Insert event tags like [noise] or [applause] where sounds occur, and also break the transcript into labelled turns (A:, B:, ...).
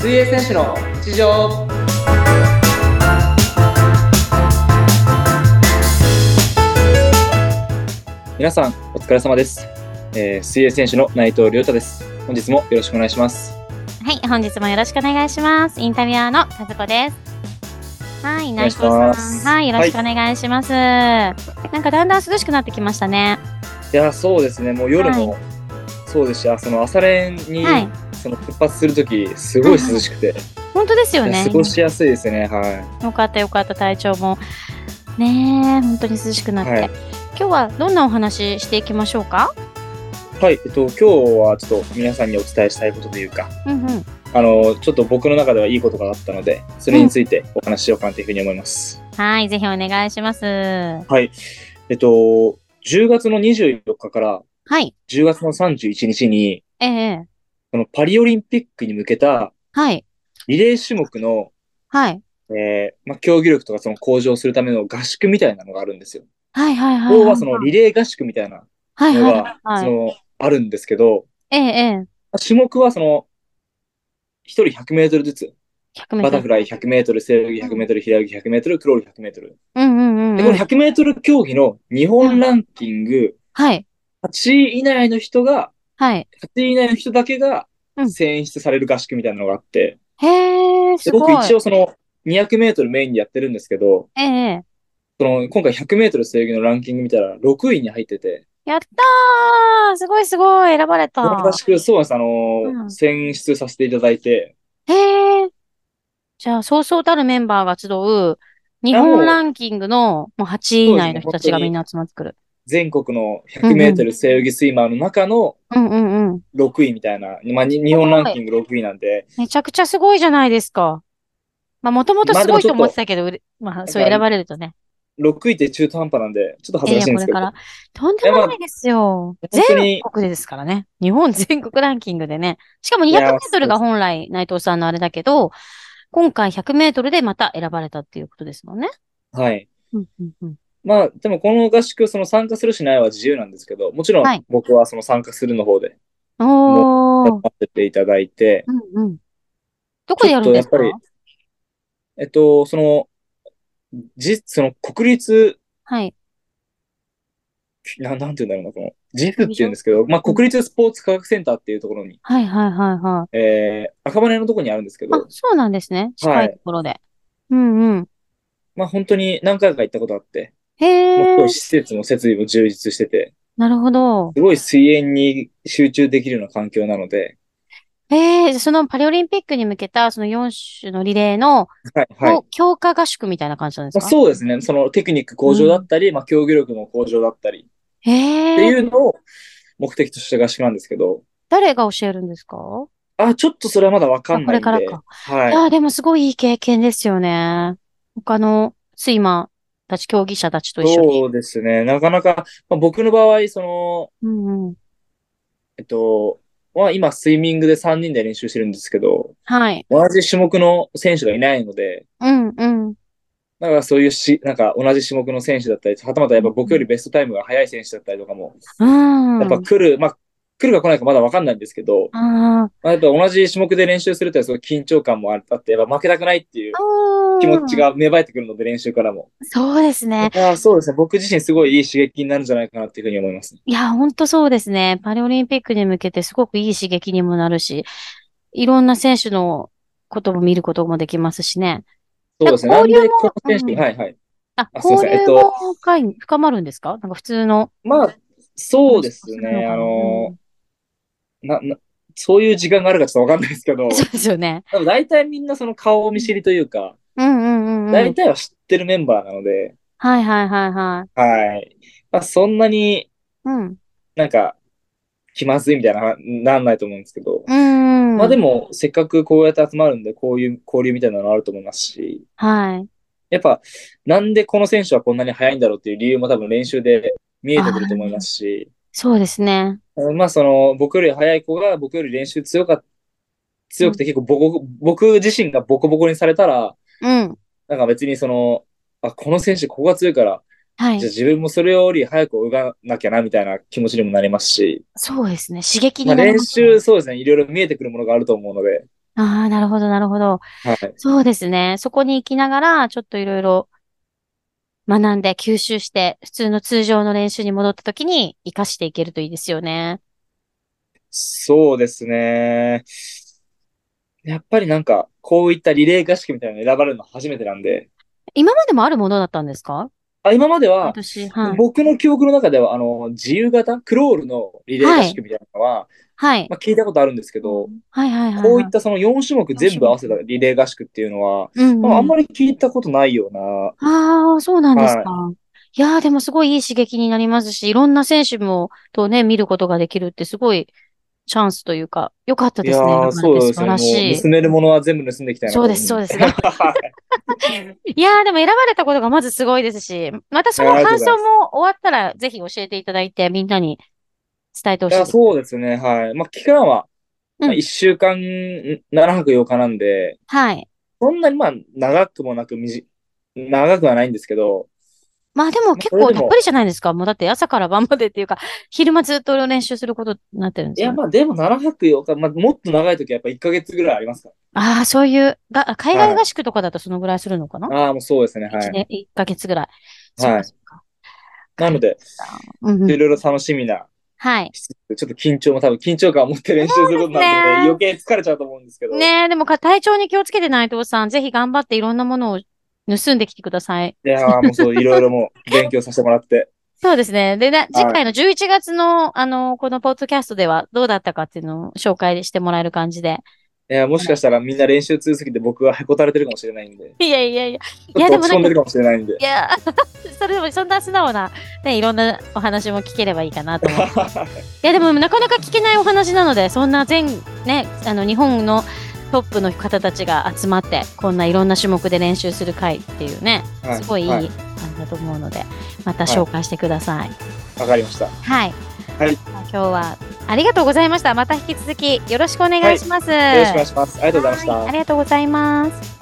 A: 選手の日常
B: 皆さんお疲れ様です、えー水泳選手の内藤亮太です本日もよろしくお願いします
C: はい、本日もよろしくお願いします。インタビュアーの和子です。はい、
B: 願い
C: 内
B: し
C: 藤
B: ま
C: さ
B: す
C: ん。はい、よろしくお願いします。なんかだんだん涼しくなってきましたね。
B: いやそうですねもう夜も、そうですしあその朝練に、
C: はい、
B: その出発するときすごい涼しくて、
C: 本当ですよね
B: 過。ごしやすいですねは
C: よかったよかった、体調も。ねえ、本当に涼しくなって。
B: はい
C: 今日はどんなお話していきましょうか
B: いはいえっと今日はちょっと皆さんにお伝えしたいことというか
C: うんうん。
B: あのちょっと僕の中ではいいことがあったのでそれについてお話ししようかなというふうに思います、
C: はい、ぜひお願いします。は
B: はいえっと10月の24日から
C: い、
B: 10月の31日に
C: ええ
B: そのパリオリンピックに向けた
C: はい、
B: リレー種目の
C: はい、
B: えーまあ、競技力とかその向上するための合宿みたいなのがあるんですよ。
C: はい、はい、はい。
B: 要はそのリレー合宿みたいな
C: はい、
B: の
C: はい、
B: が、
C: は
B: そ
C: い。
B: の、あるんですけど、
C: えええ
B: 種目はその、一人100メートルずつ、
C: え100メー
B: バ
C: ト
B: タフ
C: ル。
B: ライ100メートル、背泳ぎ100メートル、平泳ぎ100メートル、クロール100メートル。
C: うんうんうん
B: で、
C: う
B: この
C: ん。
B: 100メートル競技の日本ランキング
C: はい、
B: 8位以内の人が、
C: はい。
B: 8位以内の人だけが
C: うん
B: 選出される合宿みたいなのがあって、
C: へえ、す
B: で
C: ご
B: 僕
C: い。
B: 一応その200メートルメインでやってるんですけど、
C: ええ
B: その今回100メートル背泳ぎのランキング見たら6位に入ってて、
C: やったーすごいすごい選ばれた
B: 私しく、そうなんです。あのー
C: うん
B: 選出させていただいて、
C: へえ。じゃあ、そうそうたるメンバーが集う、日
B: やもう
C: 本ランキングのもう8位以内の人たちがみんな集まってくる。
B: 全国の100メートル背泳ぎスイマーの中の
C: うんうんうん。
B: 6位みたいな、まあ、に日本ランキング6位なんで、
C: めちゃくちゃすごいじゃないですか。まあ、もともと
B: まあ
C: すごい
B: でもちょ
C: と
B: っと
C: 思ってたけど、うれまあ、そう選ばれるとね。
B: 6位って中途半端なんで、ちょっと
C: い
B: 恥ず
C: や
B: か
C: い
B: しい
C: や、
B: ん
C: こ
B: です
C: れ
B: け
C: か
B: ど
C: ら。。とんでもないですよ。
B: 本当に
C: 全国ですからね。日本全国ランキングでね。しかも200
B: い
C: メ
B: や
C: ートルが本来内藤さんのあれだけど、今回100メートルでまた選ばれたっていうことですもんね。
B: はい。
C: うんうんうん。
B: まあ、でもこの合宿、その参加するしないは自由なんですけど、もちろ
C: は
B: ん
C: い
B: 僕はその参加するの方で
C: おー。
B: やっていただいて、
C: うんうん。どこでやるんですか
B: ちょっとやっえっと、その、じ、その国立、
C: はい。
B: な [laughs] なんて言うんだろうな、この、JIF って言うんですけど、まあ国立スポーツ科学センターっていうところに、
C: はいはいはいは
B: えー、赤羽のとこにあるんですけ
C: い。あ
B: ど、、
C: そうなんですね。近いところで。うんうん。
B: まあ本当に何回か行ったことあって、もうす
C: へ
B: ご
C: え
B: い。施設も設備も充実してて、
C: なるほど。
B: すごい水泳に集中できるような環境なので、
C: へえ、そのパリオリンピックに向けた、その4種のリレーの、
B: はい、はい。
C: こう強化合宿みたいな感じなんで
B: ますあ、
C: か
B: そうですね、そのテクニック向上だったり、まあ競技力の向上だったりって
C: へえ、
B: いうのを目的として合宿なんですけど、
C: 誰が教えるんですか
B: あ、ちょっとそれはまだわかんないんで。
C: あこれからかい
B: は
C: や、でもすごいいい経験ですよね。他のスイマーたち、競技者たちと
B: い。
C: 一緒に。
B: そうですね。なかなか、まあ、僕の場合、その、
C: うんうん。
B: えっと、まあ今スイミングで3人で練習してるんですけど、
C: はい。
B: 同じ種目の選手がいないので、
C: うんうん。
B: だからそういうし、なんか同じ種目の選手だったり、はたまたやっぱ僕よりベストタイムが速い選手だったりとかも、
C: うん。
B: やっぱ来る、まあ来るか来ないかまだわかんないんですけど、
C: あ
B: まあ、やっぱ同じ種目で練習するとすごい緊張感もあって、やっぱ負けたくないっていう
C: あ。うん
B: 気持ち。が芽生えてくるので練習からも。
C: そうですね。
B: ああそうですね。僕自身すごいいい刺激になるんじゃないかなっていうふうに思います。
C: いや、ほんとそうですね。パリオリンピックに向けてすごくいい刺激にもなるし、いろんな選手のことも見ることもできますしね。
B: そうですね。
C: なんか交流も
B: なんでこの選手、
C: うん
B: はいはい。
C: あ、
B: あすいません
C: 交流
B: えっと
C: も深い深まるんですかなんか普通の。
B: まあ、そうですね。あ
C: なの
B: の、な、な、そういう時間があるかちょっとわかんないですけど、
C: そうですよね。
B: 多分大体みんなその顔見知りというか、
C: うんうんうんうん。
B: 大体は知ってるメンバーなので、
C: はいはいはいはい。
B: はい。まあ、そんなに
C: うん。
B: なんか気まずいみたいな、なんないと思うんですけど、
C: うん。
B: まあでも、せっかくこうやって集まるんで、こういう交流みたいなのあると思いますし、
C: はい。
B: やっぱ、なんでこの選手はこんなに速いんだろうっていう理由も多分練習で見えてくると思いますし、
C: そうですね。
B: まあその僕より速い子が僕より練習強かっ強くて結構ボコ、僕自身がボコボコにされたら、
C: うん。
B: なんか別にその、あ、この選手ここが強いから、
C: は
B: じゃあ
C: い。
B: 自分もそれより早く泳がなきゃなみたいな気持ちにもなりますし、
C: そうですね。刺激
B: まあ
C: になり
B: 練
C: ますね
B: 習、そうですね、いろいろ見えてくるものがあると思うので、
C: ああ、なるほど、なるほど。
B: はい。
C: そうですね。そこに行きながら、ちょっといろいろ学んで、吸収して、普通の通常の練習に戻った時に活かしていけるといいですよね。
B: そうですね。やっぱりなんか、こういったリレー合宿みたいなの選ばれるの初めてなんで、
C: 今までもあるものだったんですか
B: あ、今までは、
C: 私、はい。
B: 僕の記憶の中では、あの、自由形、クロールのリレー合宿みたいなのは、
C: はい。
B: まあ、聞いたことあるんですけど、
C: はいはいはい
B: こう
C: はい
B: いったその4種目全部合わせたリレー合宿っていうのは、
C: うんう
B: ま
C: ん。
B: あ、あんまり聞いたことないような、
C: ああ、そうなんですか。いやーでもすごいいい刺激になりますし、いろんな選手も、とね、見ることができるってすごいチャンスというか、良かった
B: い
C: で
B: や
C: すね。
B: ー、
C: 今ま
B: そ
C: で
B: うで
C: 素
B: す
C: 晴
B: ね。も
C: らし
B: う、
C: い。
B: 盗めるものは全部盗んでいきたいな
C: そうです、そうです。
B: はい
C: やーでも選ばれたことがまずすごいですし、またその
B: いやーありがと
C: 感
B: うございま
C: 想
B: す
C: も終わったら、ぜひ教えていただいて、みんなに伝えてほ
B: い
C: しい
B: や、
C: です。
B: そうですね。はい。まあ、期間は、
C: うん
B: まあ、1週間7泊8日なんで、
C: はい。
B: そんなにまあ、長くもなく、みじ、長くはないんですけど、
C: まあでも結
B: まあそ
C: 構
B: れで
C: たっ
B: も
C: ぷりじゃないですか。もうだって朝から晩までっていうか、昼間ずっと練習することになってるんで
B: い
C: すよ
B: や、
C: ね。
B: まあ、でも7泊8日、まあ、もっと長い時はやっぱ1ヶ月ぐらいありますか
C: ああ、そういう、が、海
B: は
C: 外
B: い
C: 合宿とかだとそのぐらいするのかな
B: ら。ああー、もうそうですね。は
C: 一
B: い。
C: 年、一ヶ月ぐらい。
B: はい
C: そっか
B: なので、
C: そっか。うんう
B: い
C: ん。
B: ろいろ楽しみな、
C: はい。
B: ちょっと緊張も多分緊張感を持って練習することになるので、
C: そう
B: 余計疲れちゃうと思うんですけど。
C: ねえ、でもか体調に気をつけて内藤さん、ぜひ頑張っていろんなものを盗んできてください。
B: いやーもうそう、いろいろもう勉強させてもらって。
C: そうですね。で、な次回の11月の、あの、このポッドキャストではどうだったかっていうのを紹介してもらえる感じで。
B: いやーもしかしたらみんな練習通すぎて僕はへこたれてるかもしれないんで。
C: いやいやいや。
B: ちょっと落ち込んでるかもしれないんで。
C: いや、それでもそんな素直な、ね、いろんなお話も聞ければいいかなと
B: [laughs]
C: 思う。いやでもなかなか聞けないお話なのでそんな全ねあの日本のトップの方たちが集まってこんないろんな種目で練習する会っていうね
B: は
C: すごいいい
B: は
C: 感じだと思うのでまた紹介してください。
B: わかりました。
C: はい。
B: はい
C: まあ今日はありがとうございました。また引き続きよろしくお願いします。
B: よろしくお願いします。ありがとうございました
C: はいあ。りがとうございます。